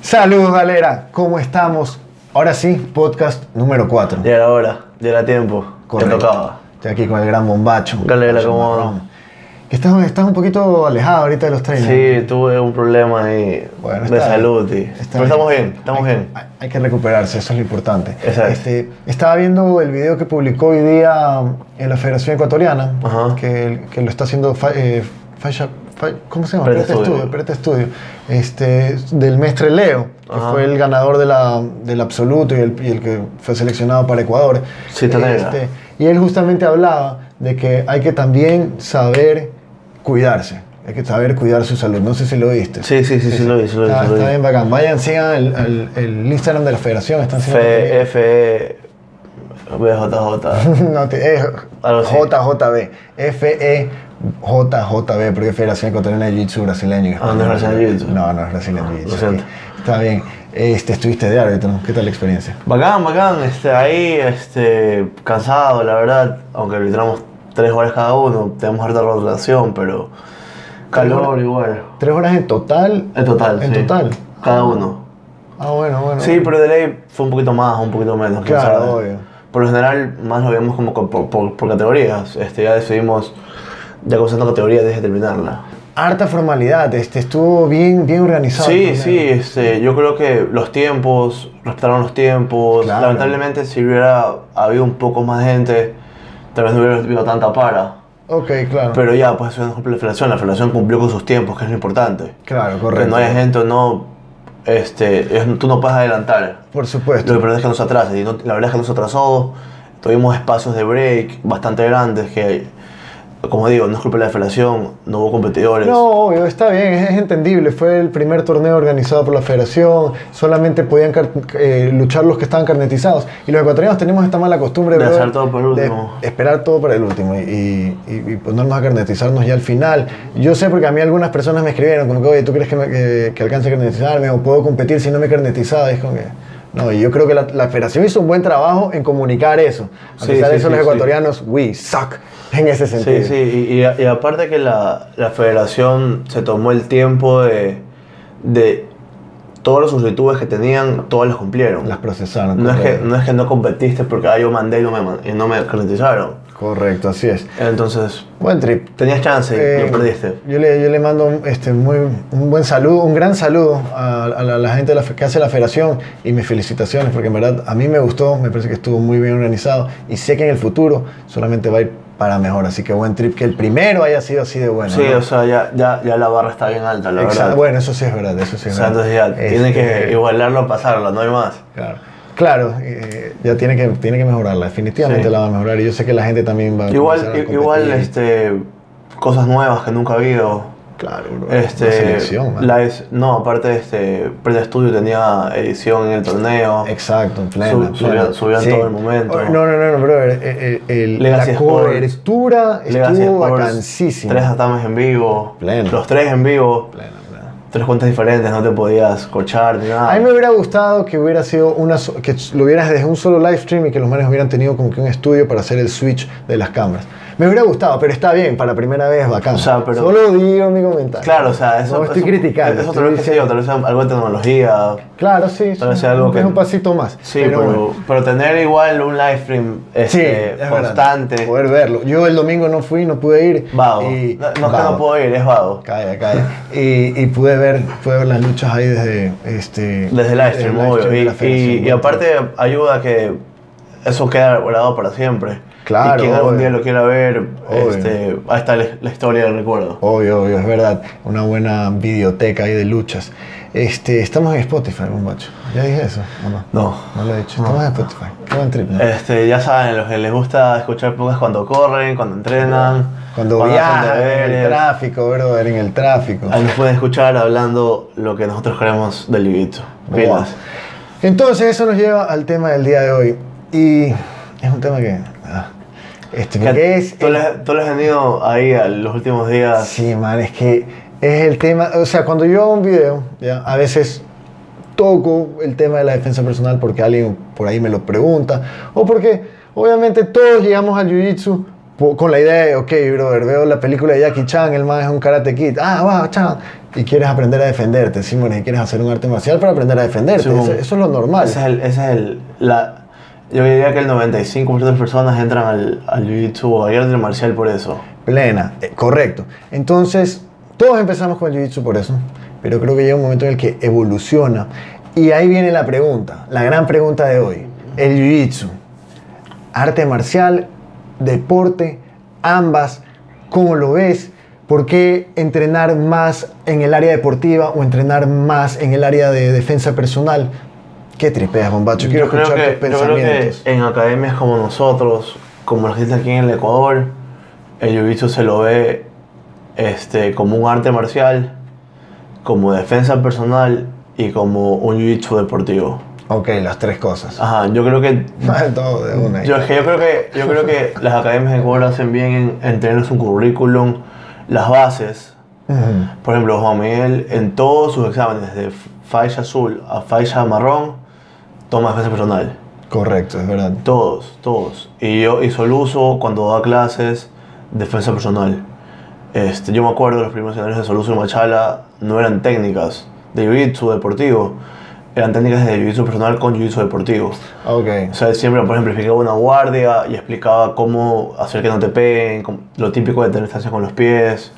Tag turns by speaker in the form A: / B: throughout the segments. A: Saludos, galera. ¿Cómo estamos? Ahora sí, podcast número 4.
B: Ya era hora, ya era tiempo. Ya tocaba.
A: Estoy aquí con el gran bombacho.
B: Galera,
A: Bombacho
B: ¿cómo
A: Marrón. Que estás, estás un poquito alejado ahorita de los trenes.
B: Sí, tuve un problema ahí
A: Bueno,
B: de
A: está-
B: salud. Y...
A: está
B: Pero estamos bien, estamos
A: hay,
B: bien.
A: Hay, hay que recuperarse, eso es lo importante.
B: Exacto.
A: Este, estaba viendo el video que publicó hoy día en la Federación Ecuatoriana,
B: Ajá.
A: que, que lo está haciendo Fa- eh, Falla- Fa- ¿Cómo se llama?
B: Preta
A: Preta
B: Estudio.
A: Estudio. Preta Estudio. Este, del Mestre Leo, que
B: Ajá.
A: fue el ganador de la- del absoluto y el, y el que fue seleccionado para Ecuador. Este,
B: Sí, te alegra.
A: y él justamente hablaba de que hay que también saber cuidarse. Hay que saber cuidar su salud. No sé si lo oíste.
B: Sí, sí, sí, sí, lo vi, sí lo vi.
A: Está,
B: sí lo vi.
A: está bien bacán. Vayan, sigan el, el- el Instagram de la federación. Están haciendo
B: F, F, E, BJJ.
A: no, te, es
B: Algo así.
A: JJB. E F-E-JJB, porque es Federación Ecuatoriana de Jiu-Jitsu brasileño.
B: Ah, no es brasileño de jiu-jitsu. Ah,
A: No, no es brasileño de
B: lo
A: Jiu-Jitsu.
B: siento.
A: Está bien. Este, estuviste de árbitro. ¿Qué tal la experiencia?
B: Bacán, bacán, este, ahí, este, cansado, la verdad, aunque arbitramos tres horas cada uno, tenemos harta rotación, pero calor igual,
A: ¿Tres horas en total?
B: en total,
A: En
B: sí.
A: total.
B: cada uno.
A: Ah, bueno, bueno.
B: Sí, pero de ley fue un poquito más, un poquito menos. quién
A: Claro,
B: sabe.
A: obvio.
B: Por lo general, más lo vemos como co- por, por- por categorías. Este, ya decidimos, ya comenzando categorías, desde terminarla.
A: Harta formalidad. Este, estuvo bien, bien organizado. el
B: Sí,
A: torneo.
B: sí, este, yo creo que los tiempos, respetaron los tiempos.
A: Claro.
B: Lamentablemente, si hubiera habido un poco más gente, tal vez no hubiera habido tanta para.
A: Ok, claro.
B: Pero ya, pues eso no cumple la federación. La federación cumplió con sus tiempos, que es lo importante.
A: claro,
B: Que
A: correcto.
B: no haya gente o no, este, es- tú no puedes adelantar.
A: Por
B: Lo
A: supuesto.
B: que perdés es que nos atrasa, y no- la verdad es que nos atrasó. Tuvimos espacios de break bastante grandes que, como digo, no es culpa de la federación, no hubo competidores.
A: No, obvio, está bien, es, es entendible. Fue el primer torneo organizado por la federación. Solamente podían car- eh, luchar los que estaban carnetizados. Y los ecuatorianos tenemos esta mala costumbre
B: De
A: brother,
B: hacer todo por el
A: de
B: último.
A: esperar todo para el último y, y- y- y ponernos a carnetizarnos ya al final. Yo sé porque a mí algunas personas me escribieron como que, oye, ¿tú crees que, me- que- que alcance a carnetizarme o puedo competir si no me he carnetizado? Y es como que... No, y yo creo que la, la federación hizo un buen trabajo en comunicar eso. A
B: Sí,
A: pesar de
B: sí,
A: eso, los
B: sí, sí.
A: ecuatorianos, we suck en ese sentido.
B: Sí, sí, y, y- y aparte que la, la federación se tomó el tiempo de, de todos los solicitudes que tenían, todos los cumplieron.
A: Las procesaron.
B: no, es que,
A: correcto.
B: no es que no competiste porque ah, yo mandé y no me, man- y no me carnetizaron.
A: Correcto, así es.
B: Entonces,
A: Buen trip.
B: tenías chance y
A: Eh,
B: lo perdiste.
A: Yo le, yo le mando un, este, muy, un buen saludo, un gran saludo a, a la, a la gente de la fe- que hace la federación y mis felicitaciones, porque en verdad a mí me gustó, me parece que estuvo muy bien organizado y sé que en el futuro solamente va a ir para mejor. Así que buen trip, que el primero haya sido así de bueno.
B: Sí,
A: ¿no?
B: o sea, ya, ya, ya la barra está bien alta, la
A: Exacto.
B: verdad.
A: Bueno, eso sí es verdad, eso sí
B: O
A: es
B: sea,
A: verdad.
B: entonces ya tiene
A: Este,
B: que igualarlo a pasarlo, no hay más.
A: Claro, claro eh, ya tiene que, tiene que mejorarla, definitivamente
B: Sí.
A: la va a mejorar y yo sé que la gente también va a
B: Igual,
A: comenzar a
B: i- igual
A: competir.
B: este, cosas nuevas que nunca ha habido.
A: Claro, bro, una
B: Este,
A: selección, man.
B: la es- no, aparte este, Preta Studio tenía edición en el torneo.
A: Exacto, en plena.
B: Sub-
A: plena.
B: subían- subían todo el momento.
A: Oh, No, no, no, no brother. eh, eh, el-
B: Legacy
A: la
B: Sports.
A: cobertura
B: Legacy
A: estuvo
B: Sports,
A: vacancísima.
B: Tres atames en vivo.
A: Pleno.
B: Los tres en vivo.
A: Plena, plena.
B: Tres cuentas diferentes, no te podías cochar ni nada.
A: A mí me hubiera gustado que hubiera sido una so- que lo hubieras desde un solo live stream y que los manes hubieran tenido como que un estudio para hacer el switch de las cámaras. Me hubiera gustado, pero está bien, para primera vez bacán.
B: O sea, pero-
A: Solo digo mi comentario.
B: Claro, o sea, eso.
A: No estoy
B: eso-
A: criticando.
B: Eso
A: estoy
B: tal vez que sé
A: diciendo-
B: yo, tal vez sea algo de tecnología.
A: Claro, sí.
B: Tal vez
A: sí,
B: sea algo que-
A: Es un pasito más.
B: Sí, pero,
A: bueno.
B: pero, tener igual un live stream
A: Sí,
B: este,
A: es verdad.
B: constante.
A: Poder verlo. Yo el domingo no fui, no pude ir.
B: Vago.
A: y-
B: no no es que
A: vago.
B: no puedo ir, es vago.
A: Calla, calla. Y, y pude, ver, pude ver las luchas ahí desde este.
B: Desde el live stream,
A: live
B: obvio.
A: de la
B: Y- Y,
A: federación.
B: y aparte ayuda que eso queda guardado para siempre.
A: Claro,
B: Y quien algún
A: obvio.
B: día lo quiera ver,
A: Obvio.
B: este, ahí está la, la historia del recuerdo.
A: Obvio, obvio, es verdad. Una buena videoteca ahí de luchas. Este, estamos en Spotify, bombacho. ¿Ya dije eso? ¿O no?
B: No.
A: No lo he dicho. Estamos en Spotify. Qué buen trip, ¿no?
B: Este, ya saben, los que les gusta escuchar podcast cuando corren, cuando entrenan,
A: Cuando
B: hacen
A: viajan, en el
B: deberes.
A: tráfico, brother, en el tráfico.
B: Ahí nos pueden escuchar hablando lo que nosotros queremos del librito.
A: Wow.
B: Pilas.
A: Entonces, eso nos lleva al tema del día de hoy. Y es un tema que. ah, este,
B: Que
A: porque es
B: ¿Tú,
A: el-
B: les, tú les has venido ahí a los últimos días.
A: Sí, man, es que es el tema. O sea, cuando yo hago un video, ya, a veces toco el tema de la defensa personal porque alguien por ahí me lo pregunta o porque obviamente todos llegamos al jiu-jitsu po- con la idea de, ok, brother, veo la película de Jackie Chan, el man es un karate kid, ah, va, Chan, y quieres aprender a defenderte, Simón, y quieres hacer un arte marcial para aprender a defenderte,
B: Simón.
A: eso, eso es lo normal.
B: Ese es el. Ese es el la, yo diría que el 95% de las personas entran al, al jiu-jitsu o al arte marcial por eso.
A: Plena, eh, correcto. Entonces, todos empezamos con el jiu-jitsu por eso, pero creo que llega un momento en el que evoluciona. Y ahí viene la pregunta, la gran pregunta de hoy. El jiu-jitsu, arte marcial, deporte, ambas, ¿cómo lo ves? ¿Por qué entrenar más en el área deportiva o entrenar más en el área de defensa personal? ¿Qué tripeas, Bombacho? Quiero
B: Yo creo,
A: escuchar
B: que,
A: tus
B: yo creo que
A: pensamientos.
B: en academias como nosotros, como las que existen aquí en el Ecuador, el jiu-jitsu se lo ve este, como un arte marcial, como defensa personal y como un jiu-jitsu deportivo.
A: Ok, las tres cosas.
B: Ajá, yo creo que
A: Todo de una.
B: Ah. yo, es que yo creo que yo creo que las academias de Ecuador hacen bien en, en tener su currículum, las bases.
A: Ujú.
B: Por ejemplo, Juan Miguel en todos sus exámenes de falla azul a falla marrón toma defensa personal.
A: Correcto, es verdad.
B: Todos, todos. Y yo y solo uso cuando da clases defensa personal. Este, yo me acuerdo los primeros escenarios de Soluso y Machala no eran técnicas de jiu-jitsu deportivo, eran técnicas de jiu-jitsu personal con jiu-jitsu deportivo.
A: Ok.
B: O sea, él siempre, por ejemplo, explicaba una guardia y explicaba cómo hacer que no te peguen, cómo- lo típico de tener distancia con los pies,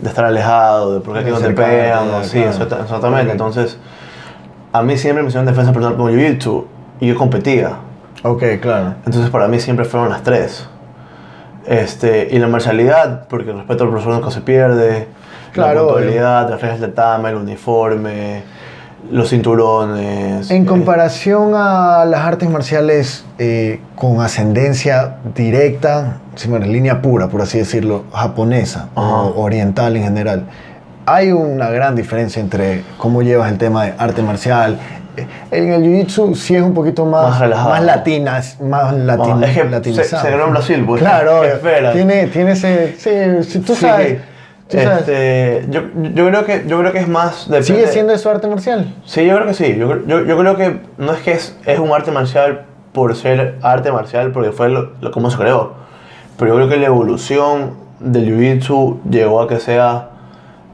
B: de estar alejado, de por
A: De
B: qué aquí no te
A: acercarte,
B: pegan,
A: ya,
B: así,
A: claro.
B: exacta- exactamente.
A: Ok.
B: Entonces, a mí siempre me hicieron defensa personal con jiu-jitsu y yo competía.
A: Ok, claro.
B: Entonces para mí siempre fueron las tres. Este, y la marcialidad, porque el respeto al profesor nunca se pierde.
A: Claro,
B: La puntualidad, reflejas el tatame, el uniforme, los cinturones.
A: En
B: eh,
A: comparación a las artes marciales eh, con ascendencia directa, sí, bueno, línea pura, por así decirlo, japonesa
B: Ajá.
A: o oriental en general, hay una gran diferencia entre cómo llevas el tema de arte marcial. Eh, En el jiu-jitsu sí es un poquito más,
B: Más relajado.
A: latinas, más latin,
B: es que se-
A: latinizado.
B: se ganó en Brasil, pues.
A: Claro,
B: ¿Qué esperas?
A: tiene, tiene ese... Sí, sí, tú
B: sí,
A: sabes. tú sabes.
B: este, yo, yo creo que, yo creo que es más... depende-
A: ¿Sigue siendo eso arte marcial?
B: Sí, yo creo que sí. Yo, cre- yo- yo creo que no es que es, es un arte marcial por ser arte marcial, porque fue lo, lo- como se creó. Pero yo creo que la evolución del jiu-jitsu llegó a que sea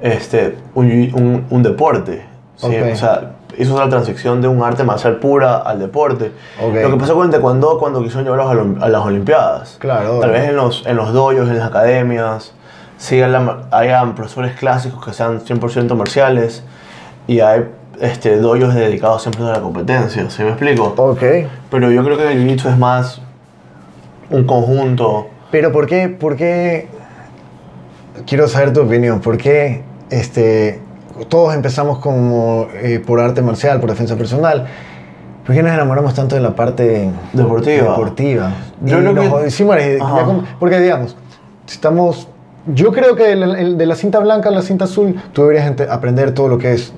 B: este, un, jiu- un- un deporte. ¿sí?
A: Ok.
B: O sea, hizo la transición de un arte marcial pura al deporte.
A: Ok.
B: Lo que pasó con el taekwondo cuando quisieron llevarlos a, lo- a las olimpiadas.
A: Claro.
B: Tal vez en los, en los doyos, en las academias, sí hayan, hayan profesores clásicos que sean 100% marciales y hay este, doyos dedicados siempre a la competencia, ¿sí me explico?
A: Ok.
B: Pero yo creo que el jiu-jitsu es más un conjunto.
A: Pero ¿por qué, por qué? Quiero saber tu opinión. ¿Por qué este, todos empezamos como eh, por arte marcial, por defensa personal? ¿Por qué nos enamoramos tanto de la parte
B: Deportiva.
A: deportiva?
B: Yo
A: Y
B: creo
A: nos
B: que-
A: jod- sí, Mari, ya
B: Ajá.
A: como- porque digamos, si estamos... Yo creo que el- el- de la cinta blanca a la cinta azul, tú deberías ente- aprender todo lo que es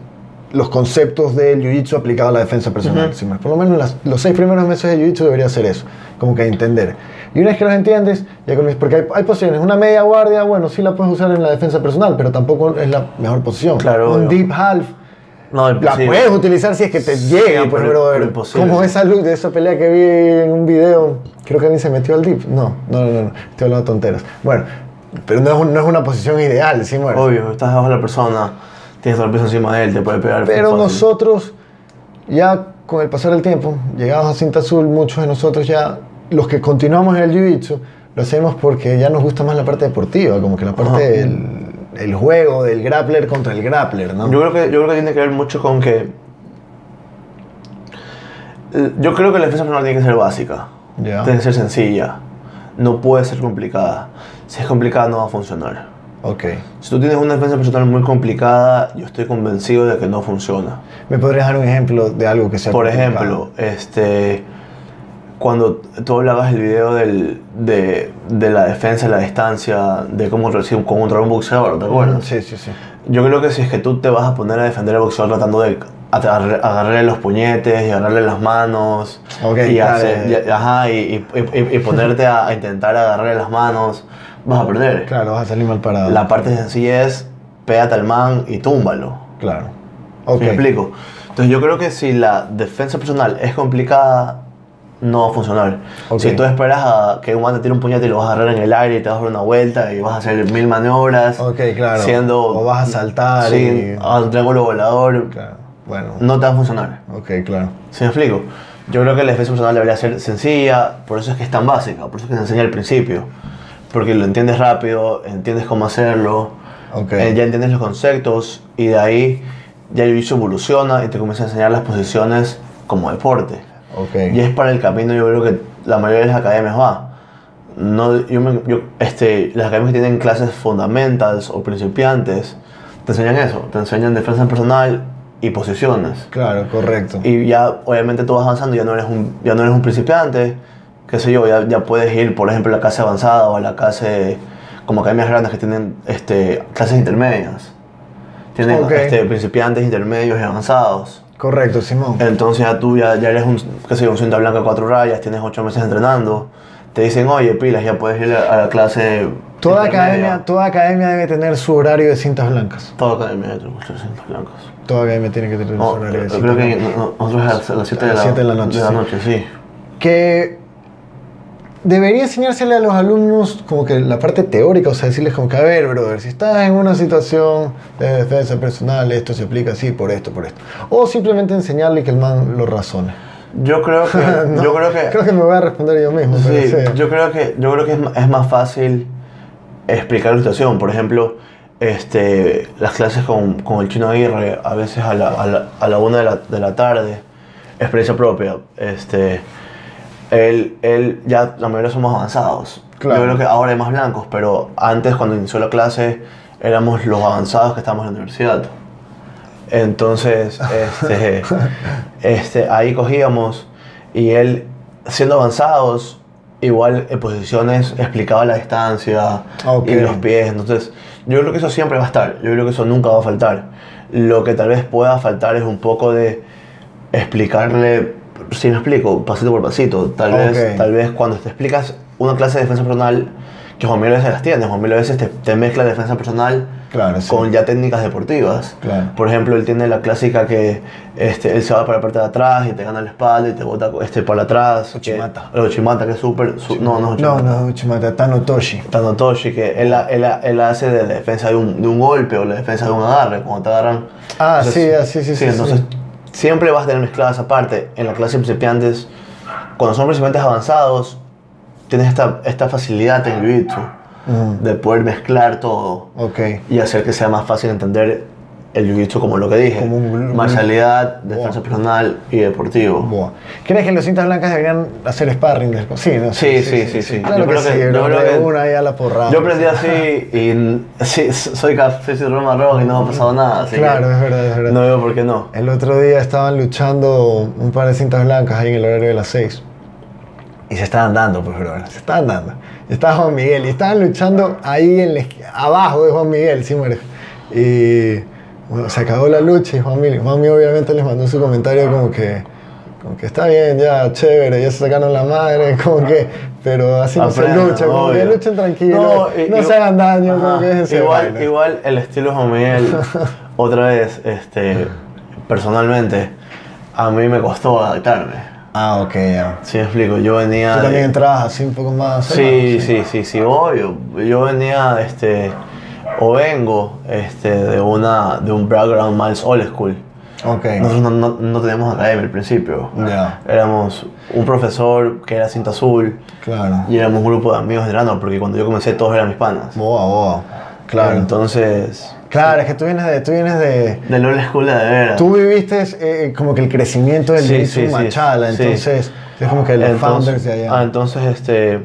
A: los conceptos del jiu-jitsu aplicado a la defensa personal.
B: Ujú.
A: sí, Por lo menos las- los seis primeros meses de jiu-jitsu debería ser eso, como que entender. Y una vez que los entiendes, ya con- porque hay, hay posiciones, una media guardia, bueno, sí la puedes usar en la defensa personal, pero tampoco es la mejor posición.
B: Claro,
A: Un
B: obvio.
A: deep half,
B: No, el
A: la puedes utilizar si es que te
B: Sí,
A: llega, pues,
B: pero-
A: brother.
B: pero imposible.
A: Como esa luz de esa pelea que vi en un video, creo que alguien se metió al deep. No, no, no, no, estoy hablando tonteras. Bueno, pero no es, un- no es una posición ideal, sí, bueno.
B: Obvio, estás debajo de la persona, tienes todo el peso encima de él, te puede pegar.
A: Pero
B: fácil.
A: nosotros, ya con el pasar del tiempo, llegados a cinta azul, muchos de nosotros ya, los que continuamos en el jiu-jitsu, lo hacemos porque ya nos gusta más la parte deportiva, como que la parte
B: Ajá.
A: del el juego, del grappler contra el grappler, ¿no?
B: Yo creo, que, yo creo que tiene que ver mucho con que. eh, Yo creo que la defensa personal tiene que ser básica.
A: Ya.
B: Tiene que ser sencilla. No puede ser complicada. Si es complicada, no va a funcionar.
A: Ok.
B: Si tú tienes una defensa personal muy complicada, yo estoy convencido de que no funciona.
A: ¿Me podrías dar un ejemplo de algo que sea
B: Por
A: complicado?
B: ejemplo, este, cuando tú hablabas el video del, de, de la defensa, la distancia, de cómo recibe- cómo controlar un boxeador, ¿te acuerdas?
A: Sí, sí, sí.
B: Yo creo que si es que tú te vas a poner a defender al boxeador tratando de agarrar- agarrarle los puñetes y agarrarle las manos
A: Ok,
B: y,
A: claro.
B: hacer- y- ajá, y- y- y- y ponerte a, a intentar agarrarle las manos, vas a perder.
A: Claro, vas a salir mal parado.
B: La parte sencilla es pégate al man y túmbalo.
A: Claro. Ok.
B: ¿Me explico? Entonces yo creo que si la defensa personal es complicada, no va a funcionar.
A: Ok.
B: Si tú esperas a que un man te tire un puñete y lo vas a agarrar en el aire y te vas a dar una vuelta y vas a hacer mil maniobras,
A: Ok, claro.
B: siendo...
A: O vas a saltar
B: Sí,
A: y-
B: a un triángulo volador,
A: Claro. Bueno,
B: no te va a funcionar.
A: ok, claro.
B: ¿Se me explico? Yo creo que la defensa personal debería ser sencilla, por eso es que es tan básica, por eso es que se enseña al principio. Porque lo entiendes rápido, entiendes cómo hacerlo,
A: Ok.
B: eh, ya entiendes los conceptos y de ahí ya el bicho evoluciona y te comienza a enseñar las posiciones como deporte.
A: Ok.
B: Y es para el camino yo creo que la mayoría de las academias va. No, yo me- yo, este, las academias que tienen clases fundamentales o principiantes te enseñan eso, te enseñan defensa personal y posiciones.
A: Claro, correcto.
B: Y ya, obviamente, tú vas avanzando, ya no eres un, ya no eres un principiante, qué sé yo, ya, ya puedes ir, por ejemplo, a la clase avanzada o a la clase, como academias grandes que tienen este, clases intermedias. Tienen
A: Ok.
B: este, principiantes, intermedios y avanzados.
A: Correcto, Simón.
B: Entonces ya tú ya, ya eres un, qué sé yo, un cinta blanca de cuatro rayas, tienes ocho meses entrenando. Te dicen, oye, pilas, ya puedes ir a, a la clase.
A: Toda
B: intermedia".
A: academia, toda academia debe tener su horario de cintas blancas.
B: Toda academia de cintas blancas.
A: Toda academia tiene que tener su
B: No,
A: horario de
B: yo
A: cintas
B: creo
A: blancas.
B: que no- no, nosotros a las 7
A: A
B: de,
A: las
B: la-
A: siete de la noche,
B: de la
A: sí.
B: noche, sí.
A: que debería enseñársele a los alumnos como que la parte teórica, o sea, decirles como que, a ver, brother, si estás en una situación de defensa personal, esto se aplica así, por esto, por esto. O simplemente enseñarle que el man lo razone.
B: Yo creo que,
A: No,
B: yo creo que,
A: Creo que me voy a responder yo mismo. pero
B: sí,
A: sí.
B: yo creo que, yo creo que es, ma- es más fácil explicar la situación. Por ejemplo, este, las clases con, con el chino Aguirre, a veces a la, a la, a la una de la, de la tarde, experiencia propia. Este, él, él, ya la mayoría somos avanzados.
A: Claro.
B: Yo creo que ahora hay más blancos, pero antes cuando inició la clase éramos los avanzados que estábamos en la universidad. Entonces, este, este, ahí cogíamos y él, siendo avanzados, igual en posiciones explicaba la distancia
A: Ah, Ok.
B: y los pies. Entonces, yo creo que eso siempre va a estar, yo creo que eso nunca va a faltar. Lo que tal vez pueda faltar es un poco de explicarle, si me explico, pasito por pasito. Tal,
A: Ah, Ok.
B: vez, tal vez cuando te explicas una clase de defensa personal, que Juan Miguel a veces las tienes, Juan Miguel a veces te, te mezcla defensa personal
A: Claro, sí.
B: con ya técnicas deportivas.
A: Claro.
B: Por ejemplo, él tiene la clásica que este, él se va para la parte de atrás y te gana la espalda y te bota este, para atrás. que-
A: Uchimata.
B: el Uchimata, que es súper... su- no, no es
A: No,
B: Uchimata.
A: no, Uchimata, Tano Toshi.
B: Tanotoshi, que él, él, él hace de la defensa de un, de un golpe o la defensa de un agarre, cuando te agarran.
A: Ah, sí, ah, sí, sí, sí,
B: Entonces, siempre vas a tener mezcladas aparte. En la clase de principiantes, cuando son principiantes avanzados, tienes esta, esta facilidad en el jiu
A: Mm,
B: de poder mezclar todo
A: ok,
B: y hacer que sea más fácil entender el jiu-jitsu como lo que dije.
A: Como un glu-
B: Marcialidad, defensa personal y deportivo.
A: boa. ¿Crees que los cintas blancas deberían hacer sparring? del- Sí, no,
B: Sí, sí, sí, sí.
A: Claro
B: Yo
A: que,
B: creo
A: sí,
B: que- yo
A: bro,
B: creo
A: de
B: que-
A: una ahí a la porrada.
B: Yo aprendí así y n- sí, s- soy café y Roma rojo y no ha pasado nada. así que
A: Claro, es verdad, es verdad.
B: No veo por qué no.
A: El otro día estaban luchando un par de cintas blancas ahí en el horario de las 6. Y se estaban dando, pues, brother. Se estaban dando. Y estaba Juan Miguel. Y estaban luchando ahí en la esqui- abajo de Juan Miguel, sí, muere. Y bueno, se acabó la lucha y Juan Miguel, Juan Miguel obviamente les mandó su comentario como que, como que está bien, ya, chévere, ya se sacaron la madre, como que, pero así no se
B: Aprendan,
A: lucha, como que
B: obvio.
A: luchen tranquilos, no,
B: y- y-
A: se hagan daño, como
B: ajá,
A: que déjense de
B: igual,
A: vaina.
B: igual el estilo de Miguel, otra vez, este, personalmente, a mí me costó adaptarme.
A: Ah, ok, ya.
B: Si me explico, yo venía.
A: Tú
B: de-
A: también entrabas así un poco más.
B: Sí, sí, sí, sí, obvio. Yo venía, este, o vengo, este, de una, de un background más old school.
A: Ok.
B: Nosotros no, no, no teníamos academia al principio.
A: Ya.
B: Éramos un profesor que era cinta azul
A: Claro.
B: y éramos un grupo de amigos de verano, porque cuando yo comencé todos eran mis panas.
A: Boa, boa. Claro.
B: Entonces,
A: claro, es que tú vienes de. Tú, vienes de,
B: de la old school de veras.
A: tú viviste eh, como que el crecimiento del
B: Sí,
A: jiu
B: sí, sí,
A: Machala,
B: sí.
A: entonces es como que los founders de allá.
B: Ah, entonces, este.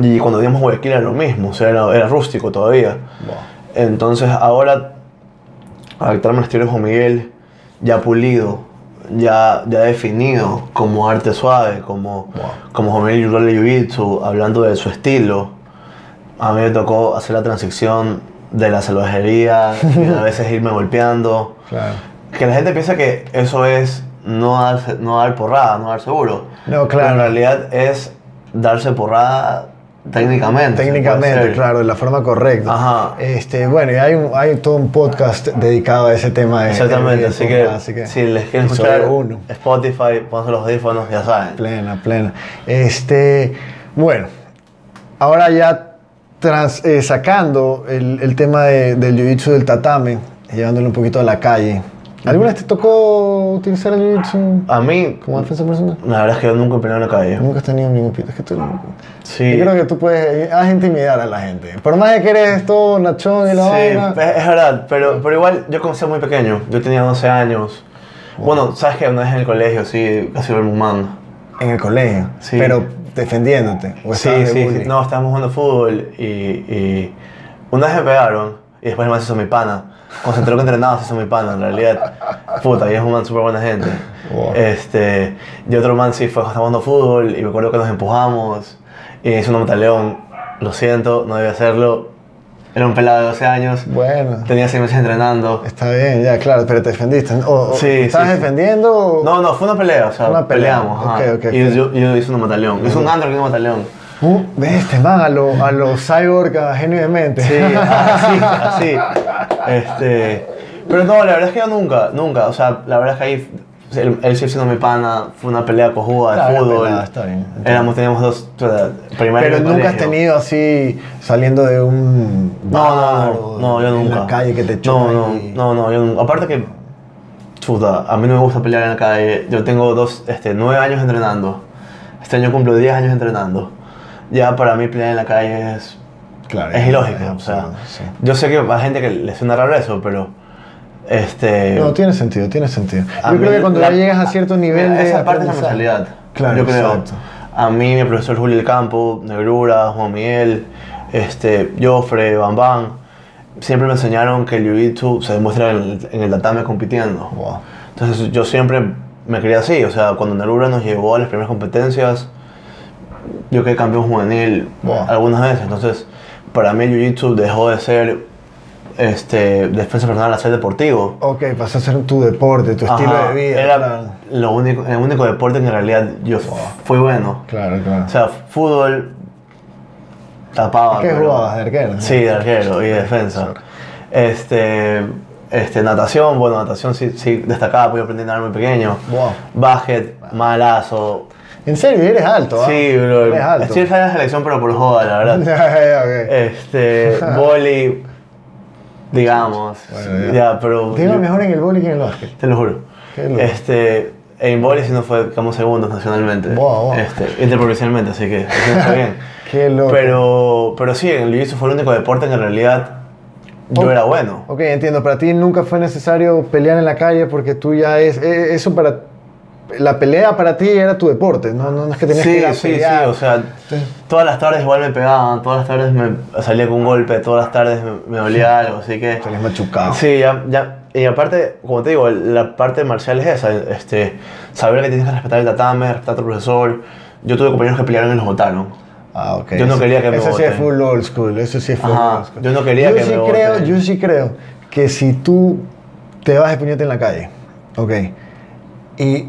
B: Y cuando teníamos Guayaquil era lo mismo, o sea, era, era rústico todavía.
A: Boa.
B: Entonces, ahora, adaptarme al estilo de Juan Miguel, ya pulido, ya, ya definido, como arte suave, como,
A: Wow.
B: como Juan Miguel Yurale Jiu-Jitsu, hablando de su estilo, a mí me tocó hacer la transición de la salvajería, y a veces irme golpeando.
A: Claro.
B: Que la gente piensa que eso es no, darse- no dar porrada, no dar seguro.
A: No,
B: Pero en
A: claro.
B: realidad es darse porrada Técnicamente.
A: Técnicamente,
B: puede ser.
A: claro, de la forma correcta.
B: Ajá.
A: Este, bueno, y hay, un- hay todo un podcast dedicado a ese tema. de-
B: Exactamente,
A: de-
B: así que,
A: eh, ah, así que
B: si les quieren
A: episodio
B: escuchar
A: uno.
B: Spotify, pónganse los audífonos, ya saben.
A: Plena, plena. Este, bueno, ahora ya trans- eh, sacando el, el tema de- del jiu-jitsu del tatame, llevándolo un poquito a la calle. ¿Alguna vez te tocó utilizar el jiu-jitsu
B: A mí,
A: como defensa personal?
B: la verdad es que yo nunca he peleado en la calle.
A: Nunca has tenido ningún pito. Es que tú,
B: Sí.
A: Yo creo que tú puedes, haz intimidar a la gente. Por más de que eres todo nachón y la
B: Sí,
A: vaina.
B: es, es verdad, pero, pero igual yo comencé muy pequeño, yo tenía 12 años. Bueno, sabes que una vez en el colegio, sí, casi lo un mango.
A: En el colegio.
B: Sí.
A: Pero defendiéndote. O
B: Sí,
A: estabas de
B: sí, sí,
A: bullying.
B: no, estábamos jugando fútbol y, y una vez me pegaron y después el man se hizo mi pana. Cuando se enteró que entrenaba se hizo mi pana, en realidad. Puta, y es un man súper buena gente.
A: Wow.
B: Este, y otro man sí fue estábamos jugando fútbol y me acuerdo que nos empujamos y hizo un mataleón. Lo siento, no debía hacerlo. Era un pelado de 12 años.
A: Bueno.
B: Tenía 6 meses entrenando.
A: Está bien, ya, claro, pero te defendiste. ¿no? O, o-
B: Sí,
A: ¿Estabas
B: sí, sí.
A: defendiendo? o-
B: No, no, fue una pelea, o sea,
A: Una pelea,
B: peleamos. ajá.
A: ok, ok,
B: y
A: ok.
B: yo, yo hice un mataleón. Es un andro que es un mataleón.
A: Uh, ve este man a los a lo cyborg a genio de mente.
B: Sí, así, así. Este, pero no, la verdad es que yo nunca, nunca. O sea, la verdad es que ahí el, el Chip siendo mi pana fue una pelea cojuda de
A: Claro, era
B: fútbol.
A: pelada, está bien, entiendo.
B: Éramos, teníamos dos, o sea, primaria
A: Pero
B: y
A: nunca has
B: colegio.
A: tenido así saliendo de un
B: No,
A: bar
B: no, no,
A: o
B: no, yo
A: en
B: nunca.
A: la calle que te
B: No,
A: chocan
B: no,
A: y-
B: no, no, yo nunca. Aparte que, chuta, a mí no me gusta pelear en la calle. Yo tengo dos, este, nueve años entrenando. Este año cumplo diez años entrenando. Ya para mí pelear en la calle es
A: Claro,
B: es ilógico.
A: es
B: o sea,
A: absurdo, sí.
B: Yo sé que hay gente que le suena raro eso, pero. Este,
A: No, tiene sentido, tiene sentido.
B: a
A: Yo
B: mí
A: creo que cuando
B: la-
A: ya llegas a cierto nivel
B: mira,
A: de
B: Esa parte es la
A: aprendizaje-
B: mentalidad.
A: Claro,
B: yo creo.
A: exacto.
B: A mí, mi profesor Julio del Campo, Negrura, Juan Miguel, este, Jofre, Bambán, siempre me enseñaron que el jiu-jitsu se demuestra en el, en el tatame compitiendo.
A: Wow.
B: Entonces yo siempre me creía así, o sea, cuando Nerura nos llevó a las primeras competencias, yo quedé campeón juvenil
A: Wow.
B: algunas veces, entonces para mí el Jiu-Jitsu dejó de ser este, defensa personal a ser deportivo.
A: Ok, pasó a ser tu deporte, tu estilo
B: Ajá,
A: de vida.
B: Era
A: claro.
B: lo único, el único deporte que en realidad yo fui bueno.
A: Claro, claro.
B: O sea, fútbol tapaba.
A: ¿Qué
B: pero-
A: jugabas? ¿De arquero?
B: Sí, de arquero y de defensa. Este, este, natación, bueno, natación sí, sí destacaba porque yo aprendí a nadar muy pequeño.
A: Wow.
B: Básquet, malazo.
A: En serio, eres alto, ¿ah?
B: Sí, bro.
A: Eres alto.
B: Estoy en la selección, pero por joda, la
A: Ya,
B: verdad.
A: ya, ok.
B: Este, voli, digamos.
A: Bueno, ya.
B: ya. pero.
A: Te iba
B: yo-
A: mejor en el bowling que en el básquet.
B: Te lo juro.
A: Qué loco.
B: Este, en voli sí nos fue, quedamos segundos nacionalmente.
A: Wow, wow.
B: Este, interprovincialmente, así que eso está bien.
A: Qué loco.
B: Pero, pero sí, el jiu-jitsu fue el único deporte en que en realidad yo
A: Ok.
B: era bueno.
A: Ok, entiendo. Para ti nunca fue necesario pelear en la calle porque tú ya es. e- Eso para. La pelea para ti era tu deporte, no, no no es que tenías que
B: Sí,
A: ir a
B: sí, sí,
A: pelear.
B: o sea,
A: Sí.
B: todas las tardes igual me pegaban, todas las tardes me salía con un golpe, todas las tardes me, me dolía algo, así que... Ah.
A: Salías machucado.
B: Sí, ya, ya, y aparte, como te digo, la parte marcial es esa, este, saber que tienes que respetar el tatame, respetar a tu profesor. Yo tuve compañeros que pelearon y los botaron.
A: Ah, ok.
B: Yo no
A: Eso-
B: quería que me
A: Eso sí
B: voten.
A: es full old school, eso sí es full
B: Ajá,
A: old school.
B: yo no quería que
A: sí
B: me
A: creo,
B: voten.
A: Yo sí creo que si tú te vas de puñete en la calle, ok, y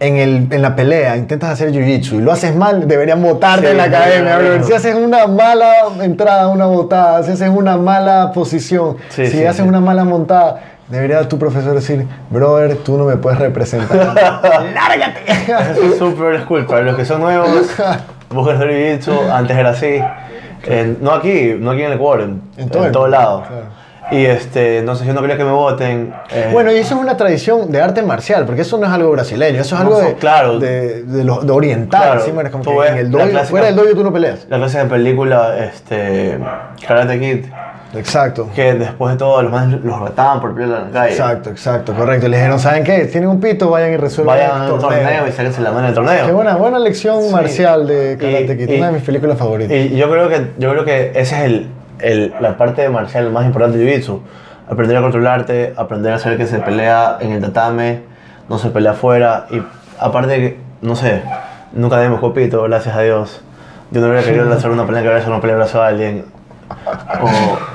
A: en, el, en la pelea intentas hacer jiu-jitsu y lo haces mal, deberían botarte
B: Sí,
A: en la
B: no,
A: academia,
B: no,
A: bro.
B: no.
A: Si haces una mala entrada, una botada, si haces una mala posición,
B: Sí,
A: si
B: sí,
A: haces
B: sí.
A: una mala montada, debería tu profesor decir, brother, tú no me puedes representar. ¡Lárgate!
B: Eso es súper cool. Para los que son nuevos, busquen el jiu-jitsu, antes era así. En- no aquí, no aquí en el Ecuador, en,
A: En
B: en
A: todo
B: todo,
A: el mundo,
B: lado.
A: claro.
B: Y este, entonces yo no quería que me voten. eh,
A: Bueno, y eso es una tradición de arte marcial, porque eso no es algo brasileño, eso es
B: No,
A: algo
B: eso,
A: de,
B: claro.
A: de, de lo- de oriental.
B: Claro,
A: sí, man, es como
B: tú
A: que
B: ves
A: en el
B: la
A: dojo,
B: clásica-
A: fuera del dojo tú no peleas.
B: la clase de película, este, Karate Kid,
A: Exacto,
B: que después de todo los más los mataban por pelear en la calle.
A: exacto, exacto, correcto. Y le dijeron, ¿saben qué? Tienen un pito, vayan y resuelvan
B: Vayan a
A: el
B: un torneo,
A: torneo.
B: y sáquense la mano en el torneo.
A: Qué buena, buena lección
B: Sí.
A: marcial de Karate
B: Y-
A: Kid,
B: y-
A: una de mis películas favoritas.
B: Y yo creo que, yo creo que esa es el, el- la parte marcial más importante de Jiu-Jitsu. Aprender a controlarte, aprender a saber que se pelea en el tatame, no se pelea afuera. Y aparte, que, no sé, nunca demos copito, gracias a Dios. Yo no hubiera querido lanzar una pelea en cabeza, una pelea en brazo a alguien.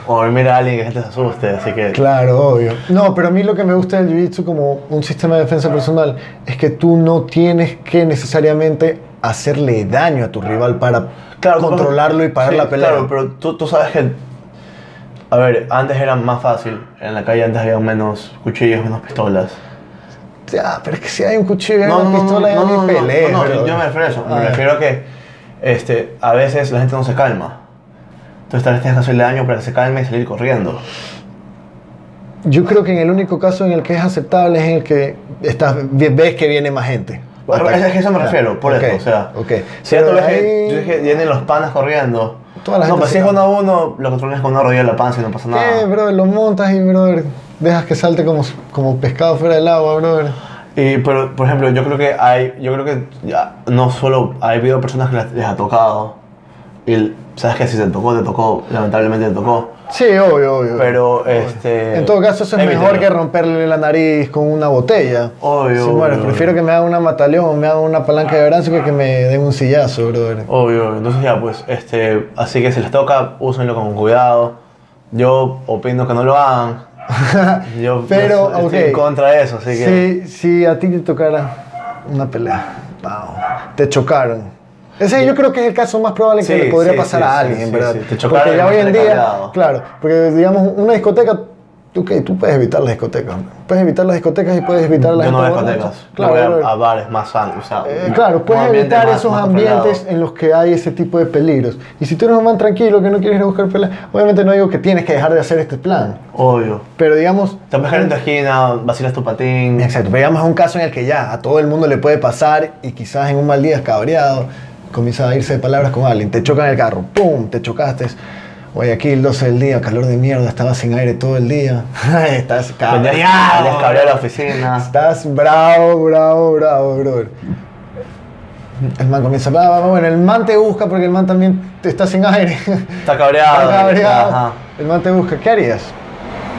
B: O, o dormir a alguien que la gente se asuste. Así que,
A: Claro, obvio. No, pero a mí lo que me gusta del Jiu-Jitsu como un sistema de defensa personal es que tú no tienes que necesariamente hacerle daño a tu rival para
B: Claro, tú-
A: controlarlo y parar
B: sí,
A: la pelea.
B: Claro, pero tú, tú sabes que. A ver, antes era más fácil. En la calle antes había menos cuchillos, menos pistolas.
A: Ya, pero es que si hay un cuchillo y hay una pistola, ya ni pelees,
B: no, no,
A: bro.
B: yo me refiero a eso.
A: Ah,
B: Me refiero a que este, a veces la gente no se calma. Entonces tal vez tienes que hacerle daño para que se calme y salir corriendo.
A: Yo creo que en el único caso en el que es aceptable es en el que estás, ves que viene más gente.
B: Bueno, es, es que a eso me
A: Ya,
B: refiero, por
A: ok,
B: eso. O sea,
A: ok.
B: si ya tú
A: Pero
B: ves que,
A: ahí-
B: tú ves que vienen los panas corriendo.
A: Toda la
B: no,
A: gente
B: pero
A: se
B: si es
A: calma.
B: uno a uno, lo controlas con una rodilla en la panza y no pasa nada.
A: ¿Qué, brother? Lo montas y, brother, dejas que salte como, como pescado fuera del agua, brother.
B: Y, pero, por ejemplo, yo creo que hay, yo creo que ya, no solo ha habido personas que las- les ha tocado, y el- sabes que si te tocó, te tocó, lamentablemente te tocó,
A: Sí, obvio, obvio.
B: pero este...
A: Ah. en todo caso, eso es
B: evítalo.
A: mejor que romperle la nariz con una botella.
B: Obvio,
A: Sí, bueno,
B: obvio,
A: prefiero
B: obvio.
A: que me hagan una mataleón o me hagan una palanca de brazo que que me den un sillazo, brother.
B: Obvio, entonces ya, pues, este, así que si les toca, úsenlo con cuidado, yo opino que no lo hagan, yo
A: Pero,
B: estoy
A: ok.
B: en contra de eso, así que...
A: Si, si a ti te tocara una pelea, pao, te chocaron. Ese yo creo que es el caso más probable que
B: Sí,
A: le podría
B: sí,
A: pasar
B: sí,
A: a
B: sí,
A: alguien,
B: sí,
A: ¿verdad?
B: sí, te chocaron
A: porque
B: y
A: ya
B: no
A: hoy en
B: te
A: día,
B: cabreado.
A: claro, porque digamos una discoteca, tú, ¿qué? tú puedes evitar las discotecas. Puedes evitar las discotecas y puedes evitar las
B: Yo no voy a
A: borracha.
B: discotecas,
A: Claro,
B: yo voy
A: brother.
B: a, a bares más sanos, o sea...
A: Eh, claro,
B: un
A: puedes
B: ambiente
A: evitar
B: más-
A: esos
B: más controlado.
A: ambientes en los que hay ese tipo de peligros. Y si tú eres un man tranquilo que no quieres ir a buscar peleas, obviamente no digo que tienes que dejar de hacer este plan.
B: Obvio.
A: Pero digamos,
B: Te vas a en tu esquina, vacilas tu patín.
A: Exacto, pero digamos es un caso en el que ya a todo el mundo le puede pasar y quizás en un mal día cabreado comienza a irse de palabras con alguien, te chocan el carro, ¡pum! Te chocaste. Guayaquil, 12 del día, calor de mierda, estaba sin aire todo el día. estás
B: Tenías
A: cabreado.
B: cabreado a la oficina.
A: Estás bravo, bravo, bravo, brother. El man comienza, "Va, va, va", bueno, el man te busca porque el man también te está sin aire.
B: Está cabreado.
A: Está cabreado.
B: Ajá.
A: El man te busca, ¿qué harías?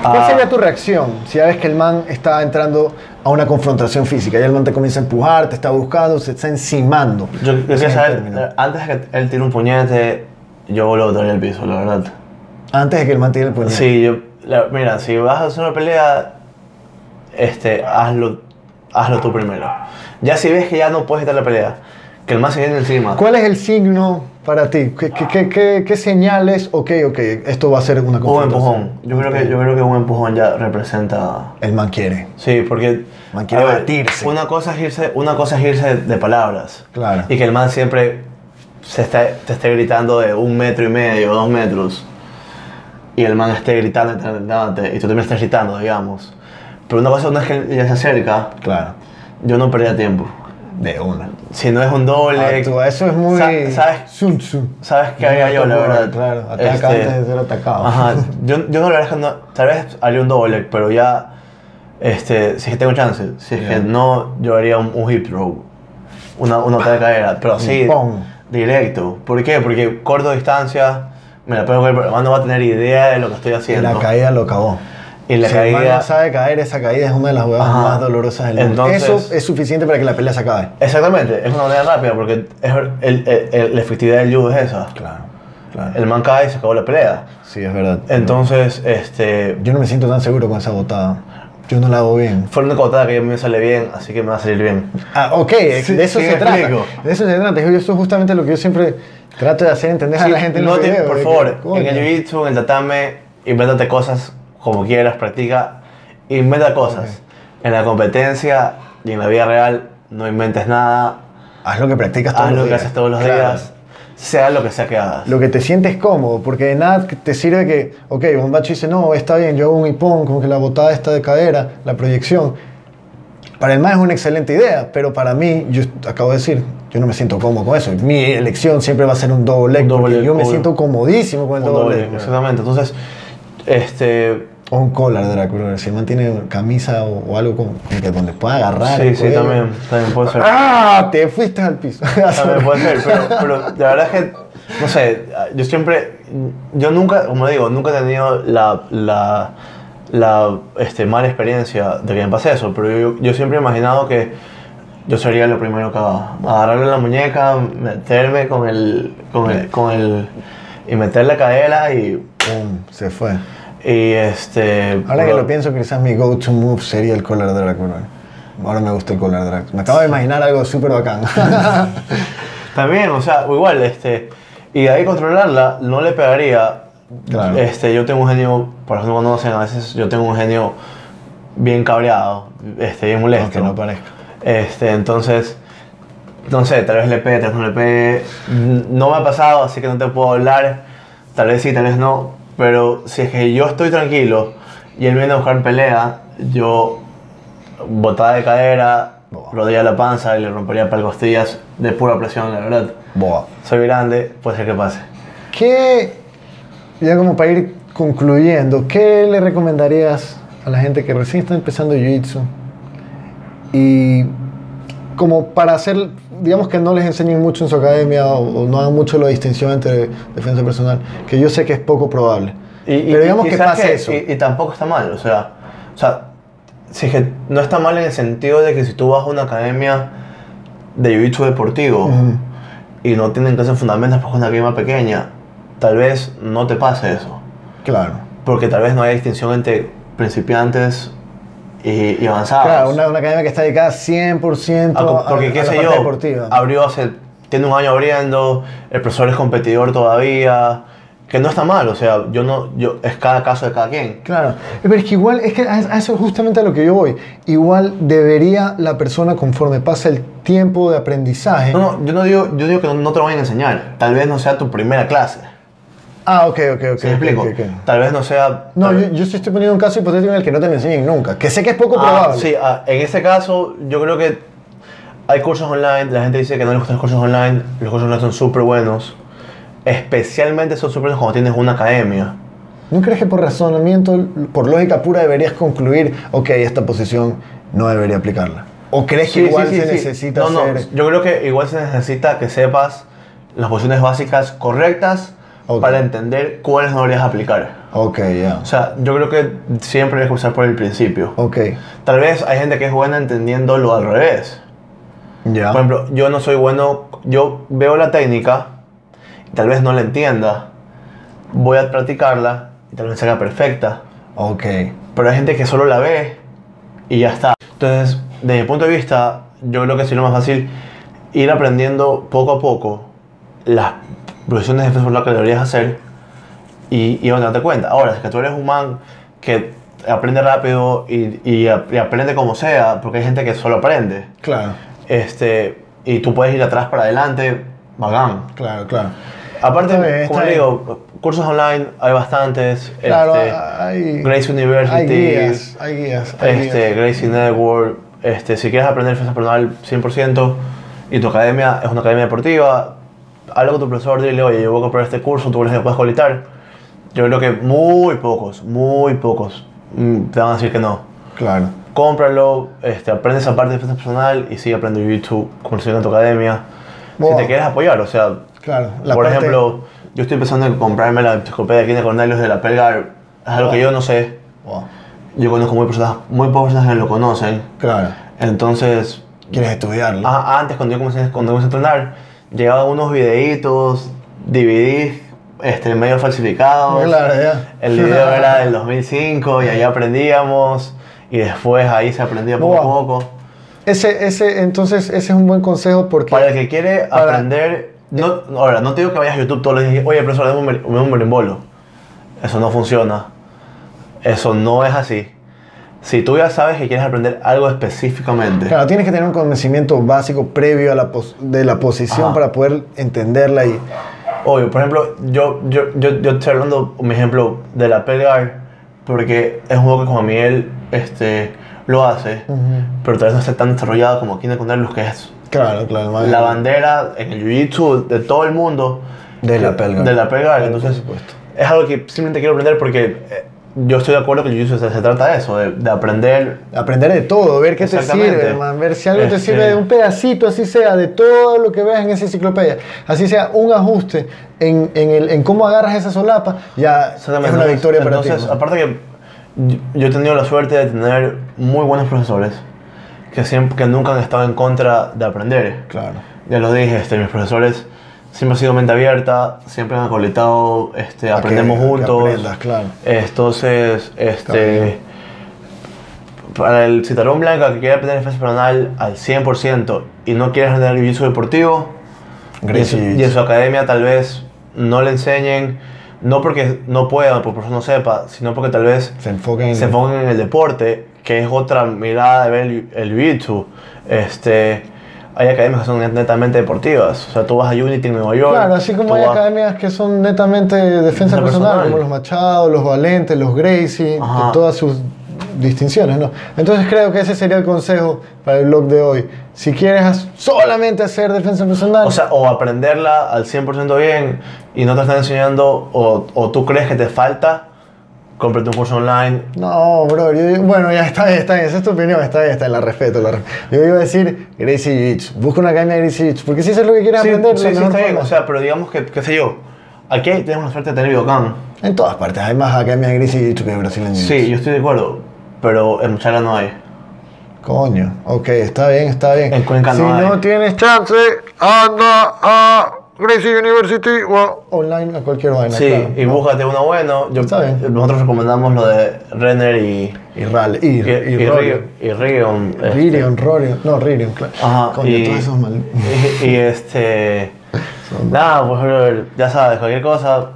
A: ¿Cuál
B: Ah.
A: sería tu reacción si ya ves que el man está entrando a una confrontación física? Y el man te comienza a empujar, te está buscando, se está encimando.
B: Yo, yo
A: Ese
B: quería
A: es el
B: saber,
A: término.
B: eh, antes de que él tire un puñete, yo lo botaría al piso, la verdad.
A: Antes de que el man tire el puñal.
B: Sí, yo, la- mira, si vas a hacer una pelea, este, hazlo, hazlo tú primero. Ya si ves que ya no puedes evitar la pelea, que el más se viene encima.
A: ¿Cuál es el signo para ti? ¿Qué, qué, qué- qué- qué señales? Ok, ok, esto va a ser una
B: Un
A: confrontación.
B: empujón. Yo creo, que, yo creo que un empujón ya representa...
A: El man quiere.
B: Sí, porque.
A: Man quiere
B: a ver,
A: batirse.
B: Una cosa, es irse, una cosa es irse de palabras.
A: Claro.
B: Y que el man siempre se está, te esté gritando de un metro y medio, dos metros. Y el man esté gritando, gritándote, y tú también estés gritando, digamos. Pero una cosa no es que ya se acerca,
A: Claro,
B: yo no perdía tiempo.
A: de una.
B: Si no es un doble.
A: Ah, tú, eso es muy...
B: Sa- ¿Sabes,
A: Sun Tzu.
B: sabes qué haría yo, la verdad?
A: Claro, ataca
B: Este,
A: antes de ser atacado.
B: Ajá, yo, yo no la verdad es que no, tal vez haría un doble, pero ya, este, si es que tengo chance, si es
A: Ya.
B: que no, yo haría un, un hip throw, una, una otra de cadera, pero así,
A: pong.
B: directo. ¿Por qué? Porque corto distancia, me la puedo coger, pero el man no va a tener idea de lo que estoy
A: Y
B: haciendo.
A: la caída lo acabó.
B: Y la
A: si el man
B: caída-
A: no sabe caer, esa caída es una de las huevadas
B: Ajá.
A: más dolorosas del mundo.
B: Entonces-
A: Eso es suficiente para que la pelea se acabe.
B: Exactamente, es una manera rápida, porque es el- el- el- la efectividad del judo es esa.
A: Claro, claro.
B: El man cae y se acabó la pelea.
A: Sí, es verdad.
B: Entonces, este,
A: Yo no me siento tan seguro con esa botada. Yo no la hago bien.
B: fue una cotada que a mí me sale bien, así que me va a salir bien.
A: Ah, ok,
B: Sí,
A: de eso
B: sí,
A: se
B: me
A: trata.
B: explico.
A: De eso se trata. Yo- Eso es justamente lo que yo siempre trato de hacer entender a
B: Sí,
A: la gente en
B: no
A: los
B: te-
A: videos,
B: por
A: de que,
B: favor,
A: coño,
B: en el jiu-jitsu, en el tatame, invéntate cosas como quieras, practica, inventa cosas. En la competencia y en la vida real, no inventes nada,
A: Haz lo que practicas todos
B: haz
A: los
B: lo que
A: días.
B: haces todos los
A: Claro.
B: días, sea lo que sea que hagas.
A: lo que te sientes cómodo, porque de nada te sirve que, ok, un bacho dice, no, está bien, yo hago un hipón, como que la botada está de cadera, la proyección. Para el más es una excelente idea, pero para mí, yo acabo de decir, yo no me siento cómodo con eso. Mi elección siempre va a ser un double leg,
B: Un double
A: porque
B: leg,
A: yo me
B: obvio.
A: siento comodísimo con el
B: Un
A: double,
B: doble,
A: leg.
B: exactamente. Entonces, este,
A: O un collar de la cruz, si el man tiene camisa o, o algo con, con que donde pueda agarrar.
B: sí,
A: el
B: sí,
A: cuello.
B: también, también puede ser.
A: ¡Ah! Te fuiste al piso.
B: También puede ser, pero, pero la verdad es que, no sé, yo siempre, yo nunca, como digo, nunca he tenido la, la, la, este, mala experiencia de que me pase eso, pero yo, yo siempre he imaginado que yo sería lo primero que haga, agarrarle la muñeca, meterme con el, con el, con el y meter la cadera y,
A: Pum, se fue.
B: y este...
A: Ahora que
B: pero-
A: lo pienso, quizás mi go-to move sería el collar de la cruz. Ahora me gusta el collar drag. Me acabo de imaginar algo súper bacán.
B: También, o sea, igual, este. Y de ahí controlarla no le pegaría.
A: Claro.
B: Este, yo tengo un genio, por ejemplo, cuando hacen a veces, yo tengo un genio bien cabreado, este, bien molesto.
A: Aunque no parezca.
B: Este, entonces, no sé, tal vez le pegue, tal vez no le pegue. N- No me ha pasado, así que no te puedo hablar. Tal vez sí, tal vez no. Pero si es que yo estoy tranquilo y él viene a buscar pelea, yo botada de cadera,
A: Buah.
B: rodilla a la panza y le rompería par costillas de pura presión, la verdad.
A: Boa.
B: Soy grande, puede ser que pase.
A: ¿Qué, ya como para ir concluyendo, qué le recomendarías a la gente que recién está empezando Jiu-Jitsu? Y como para hacer, digamos que no les enseñen mucho en su academia o, o no hagan mucho la distinción entre defensa personal, que yo sé que es poco probable.
B: Y, y-
A: Pero digamos
B: y
A: que
B: ¿sabes
A: pase
B: qué?
A: eso.
B: Y, y tampoco está mal, o sea, o sea, si es que no está mal en el sentido de que si tú vas a una academia de jiu-jitsu deportivo
A: Ujú.
B: y no tienen clases fundamentos porque es una academia pequeña, tal vez no te pase eso.
A: Claro.
B: Porque tal vez no hay distinción entre principiantes y, y avanzados.
A: Claro, una, una academia que está dedicada 100%
B: Ah,
A: a,
B: porque
A: a
B: qué
A: la
B: sé
A: parte
B: yo,
A: deportiva.
B: abrió hace, tiene un año abriendo, el profesor es competidor todavía, que no está mal, o sea, yo no, yo, es cada caso de cada quien.
A: Claro, pero es que igual, es que a a eso es justamente a lo que yo voy. Igual debería la persona, conforme pasa el tiempo de aprendizaje.
B: No, no, yo no digo, yo digo que no, no te lo vayan a enseñar, tal vez no sea tu primera clase,
A: Ah, ok, ok, ok.
B: ¿sí me
A: ok,
B: explico?
A: ok, ok.
B: Tal vez no sea...
A: No,
B: tal-
A: yo, yo sí estoy poniendo un caso hipotético en el que no te lo enseñen nunca, que sé que es poco
B: Ah,
A: probable.
B: sí, ah, en este caso yo creo que hay cursos online, la gente dice que no les gustan los cursos online, los cursos online son súper buenos, especialmente son súper buenos cuando tienes una academia.
A: ¿No crees que por razonamiento, por lógica pura, deberías concluir, ok, esta posición no debería aplicarla? ¿O crees que
B: Sí,
A: igual
B: sí,
A: se
B: sí, sí.
A: necesita
B: No, no,
A: hacer.?
B: Yo creo que igual se necesita que sepas las posiciones básicas correctas
A: Ok.
B: para entender cuáles no deberías aplicar.
A: Ok, ya.
B: O sea, yo creo que siempre debes comenzar por el principio.
A: Ok,
B: Tal vez hay gente que es buena entendiendo lo al revés.
A: ya.
B: Por ejemplo, yo no soy bueno, yo veo la técnica, y tal vez no la entienda, voy a practicarla y tal vez salga perfecta.
A: Ok,
B: Pero hay gente que solo la ve y ya está. Entonces, desde mi punto de vista, yo creo que sería lo más fácil ir aprendiendo poco a poco las profesiones de defensa que deberías hacer y, y vas a darte cuenta. Ahora, si es que tú eres un man que aprende rápido y, y ap- y aprende como sea, porque hay gente que solo aprende,
A: claro,
B: este, y tú puedes ir atrás para adelante, bacán.
A: claro, claro.
B: Aparte,
A: Está bien,
B: como
A: está
B: le digo, cursos online hay bastantes.
A: Claro,
B: este,
A: hay,
B: Grace University.
A: hay guías, hay guías. hay
B: este,
A: guías.
B: Gracie Network, este, si quieres aprender defensa personal 100% y tu academia es una academia deportiva, habla con tu profesor, dile, oye, yo voy a comprar este curso, tú lo puedes colectar. Yo creo que muy pocos, muy pocos mm, te van a decir que no.
A: Claro.
B: Cómpralo, este, aprende esa parte de defensa personal y sigue aprendiendo YouTube, conociendo en tu academia.
A: Wow.
B: Si te quieres apoyar, o sea,
A: Claro, la
B: por
A: parte-
B: ejemplo, yo estoy pensando en comprarme la enciclopedia de Kine Cornelius de la Pelgar, es algo que
A: Wow.
B: yo no sé.
A: Wow.
B: Yo conozco muy, personas, muy pocas personas que lo conocen.
A: Claro.
B: Entonces,
A: Quieres estudiarlo.
B: a- antes cuando yo comencé, cuando comencé a entrenar, llegaban unos videitos, DVDs, este, medio falsificados.
A: Claro, ya.
B: El video era del 2005 y ahí aprendíamos. Y después ahí se aprendía poco
A: Wow.
B: a poco.
A: Ese, ese, entonces, ese es un buen consejo porque.
B: Para el que quiere
A: Ahora-
B: aprender,
A: Eh.
B: no, ahora, no te digo que vayas a YouTube todos los días y oye, profesor, dame un, mer- dame un merimbolo". Eso no funciona. Eso no es así. Si tú ya sabes que quieres aprender algo específicamente,
A: Claro, tienes que tener un conocimiento básico previo a la pos- de la posición
B: Ajá.
A: para poder entenderla y.
B: Obvio, por ejemplo, yo, yo, yo, yo estoy hablando, un ejemplo, de la Pelgar, porque es un juego que como Miguel este, lo hace, pero tal vez no esté tan desarrollado como aquí en Cornelius, que es
A: Claro, claro. más-
B: la bandera en el jiu-jitsu de todo el mundo.
A: De la
B: que-
A: Pelgar.
B: De la Pelgar, entonces
A: supuesto.
B: es algo que simplemente quiero aprender porque eh, yo estoy de acuerdo que el jiu-jitsu se, se trata de eso, de, de aprender
A: Aprender de todo, ver qué te
B: Exactamente.
A: sirve, man, ver si algo te
B: Este-
A: sirve de un pedacito, así sea, de todo lo que veas en esa enciclopedia. Así sea, un ajuste en, en, el, en cómo agarras esa solapa, ya es
B: Exactamente,
A: una
B: entonces-
A: victoria para ti.
B: entonces,
A: man.
B: aparte que yo- yo he tenido la suerte de tener muy buenos profesores que, siempre, que nunca han estado en contra de aprender.
A: Claro.
B: Ya lo dije, este, mis profesores siempre han sido mente abierta, siempre han coletado, este, aprendemos
A: que
B: juntos.
A: aprendas, claro.
B: Entonces, este, para el citarón blanca que quiere tener defensa personal al 100% y no quiere tener jiu-jitsu deportivo, y en, su, y en su academia tal vez no le enseñen, no porque no pueda, porque por no sepa, sino porque tal vez
A: Se enfocan en-
B: se enfoquen en el deporte, que es otra mirada de ver el, el jiu-jitsu. Este, hay academias que son netamente deportivas. O sea, tú vas a Unity en Nueva York.
A: Claro, así como
B: tú
A: hay
B: vas-
A: academias que son netamente defensa
B: Defensa
A: personal,
B: personal.
A: como los Machado, los Valentes, los Gracie,
B: Ajá.
A: de todas sus distinciones, ¿no? Entonces creo que ese sería el consejo para el blog de hoy. Si quieres as- solamente hacer defensa personal,
B: O sea, o aprenderla al 100% bien y no te están enseñando, o, o tú crees que te falta, cómprate un curso online.
A: no, bro, yo, yo- bueno, ya está, bien, está, bien, esa es tu opinión, está, bien, está, bien, la respeto, la re- Yo iba a decir Gracie Beach, busca una academia de Gracie Beach, porque si eso es lo que quieres
B: Sí,
A: aprender,
B: sí,
A: la
B: sí,
A: mejor
B: está bien.
A: forma.
B: O sea, pero digamos que, qué sé yo, aquí tenemos la suerte de tener Videocam.
A: en todas partes, hay más academias de Gracie Beach que de Brazilian Jiu-Jitsu.
B: Sí, yo estoy de acuerdo, pero en Muchala no hay.
A: Coño, ok, está bien, está bien.
B: En Cuenca
A: si
B: no hay.
A: tienes chance, anda a Gracie University o a- online a cualquier vaina.
B: Sí,
A: claro.
B: y búscate uno bueno. Yo-
A: Está bien.
B: Nosotros recomendamos lo de Renner y,
A: Y Rale, y, y,
B: y, y
A: Rorion.
B: Rion- y Rion, este.
A: Ririon, Rorion, no, Ririon, claro.
B: Ajá,
A: Coño,
B: y,
A: todos esos mal.
B: y- y este. Nada, pues brother, ya sabes, cualquier cosa.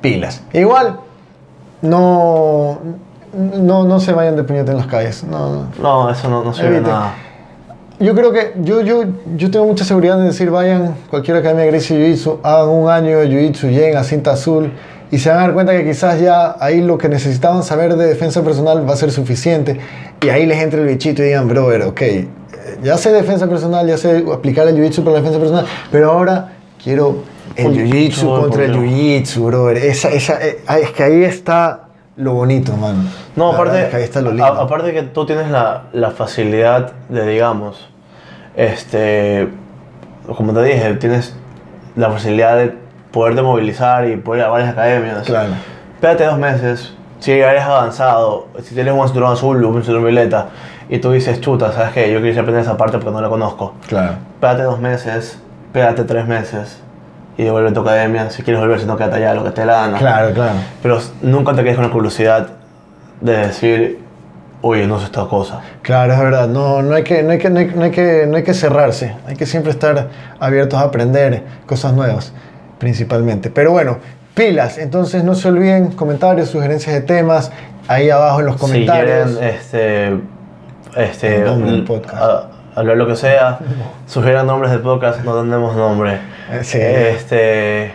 A: Pilas. Igual, no, no, no se vayan de puñete en las calles. No, no.
B: No, eso no, no sirve
A: Evite.
B: nada.
A: Yo creo que yo, yo, yo tengo mucha seguridad en decir, vayan a cualquier academia de Gracie Jiu-Jitsu, hagan un año de Jiu-Jitsu, lleguen a cinta azul y se van a dar cuenta que quizás ya ahí lo que necesitaban saber de defensa personal va a ser suficiente y ahí les entre el bichito y digan, brother, ok, eh, ya sé defensa personal, ya sé aplicar el Jiu-Jitsu para la defensa personal, pero ahora quiero el
B: Uy,
A: Jiu-Jitsu
B: no,
A: contra el
B: por Dios.
A: Jiu-Jitsu, brother. Esa, esa, eh, ay, es que ahí está lo bonito, man.
B: No,
A: La
B: aparte,
A: verdad es que ahí está lo
B: a-
A: lindo.
B: aparte que tú tienes la, la facilidad de, digamos, este, como te dije, tienes la facilidad de poderte movilizar y poder ir a varias academias.
A: Claro.
B: Espérate dos meses, si eres avanzado, si tienes un cinturón azul o un cinturón violeta, y tú dices, chuta, ¿sabes qué? Yo quise aprender esa parte porque no la conozco.
A: Claro.
B: Espérate dos meses, espérate tres meses, y devuelve a tu academia, si quieres volver, si no, quédate allá, lo que te dé la gana.
A: Claro, claro.
B: Pero nunca te quedes con la curiosidad de decir, oye, no sé esta cosa.
A: Claro, es verdad. No, no, hay que, no, hay que, no, hay, no hay que, no hay que cerrarse. Hay que siempre estar abiertos a aprender cosas nuevas, principalmente. Pero bueno, pilas. Entonces no se olviden comentarios, sugerencias de temas. Ahí abajo en los
B: Si
A: comentarios.
B: quieren este, este,
A: El nombre del
B: mm,
A: podcast.
B: a- hablar lo que sea, sugieran nombres de podcast, no tenemos nombre.
A: Eh, sí.
B: Este,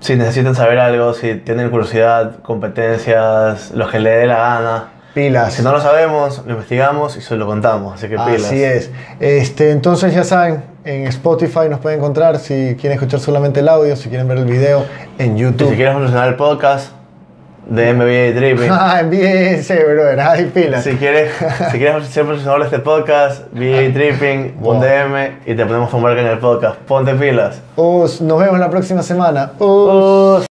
B: si necesitan saber algo, si tienen curiosidad, competencias, los que le dé la gana.
A: pilas.
B: Si no lo sabemos, lo investigamos y se lo contamos. Así que pilas.
A: Así es. Este, entonces ya saben, en Spotify nos pueden encontrar si quieren escuchar solamente el audio, si quieren ver el video en
B: Y si
A: YouTube.
B: quieres promocionar el podcast, DM y Tripping.
A: Ah, envíense, brother. Ay, pilas.
B: Si quieres, si quieres ser patrocinador de este podcast, VA Tripping,
A: Wow.
B: un DM y te ponemos tu marca en el podcast. Ponte pilas.
A: Us, nos vemos la próxima semana. Us.
B: Us.